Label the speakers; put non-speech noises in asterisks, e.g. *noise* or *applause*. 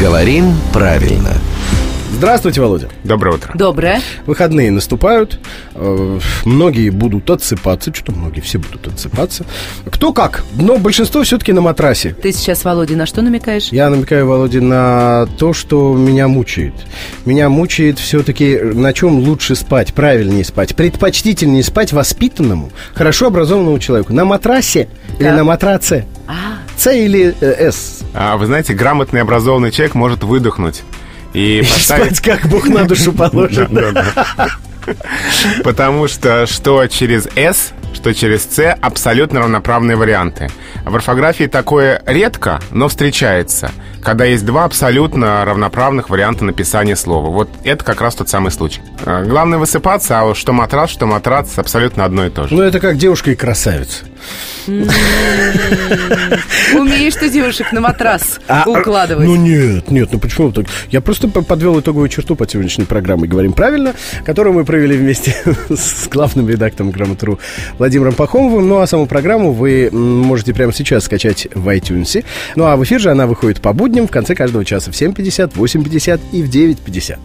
Speaker 1: Говорим правильно.
Speaker 2: Здравствуйте, Володя.
Speaker 3: Доброе утро.
Speaker 4: Доброе.
Speaker 2: Выходные наступают, э, многие будут отсыпаться, что-то многие все будут отсыпаться. Кто как, но большинство все-таки на матрасе.
Speaker 4: Ты сейчас, Володя, на что намекаешь?
Speaker 2: Я намекаю, Володя, на то, что меня мучает. Меня мучает все-таки, на чем лучше спать, правильнее спать, предпочтительнее спать воспитанному, хорошо образованному человеку. На матрасе или
Speaker 4: Так.
Speaker 2: на матраце?
Speaker 4: А,
Speaker 2: С или э, С?
Speaker 3: А, вы знаете, грамотный образованный человек может выдохнуть и
Speaker 2: Спать
Speaker 3: поставить...
Speaker 2: как Бог на душу положит.
Speaker 3: Да, да. Потому что что через «с», что через «с» абсолютно равноправные варианты. В орфографии такое редко, но встречается, когда есть два абсолютно равноправных варианта написания слова. Вот это как раз тот самый случай. А, Главное высыпаться, а вот что матрас, что матрац абсолютно одно и то же.
Speaker 2: Ну, это как девушка и красавица.
Speaker 4: умеешь ты девушек на матрас укладывать.
Speaker 2: Ну нет, нет, ну почему так? Я просто по- подвел итоговую черту под сегодняшней программой «Говорим правильно», которую мы провели вместе *laughs* с главным редактором «Грамотру» Владимиром Пахомовым. Ну а саму программу вы м, можете прямо сейчас скачать в iTunes. Ну а в эфир же она выходит по будням в конце каждого часа в 7.50, 8.50 и в 9.50.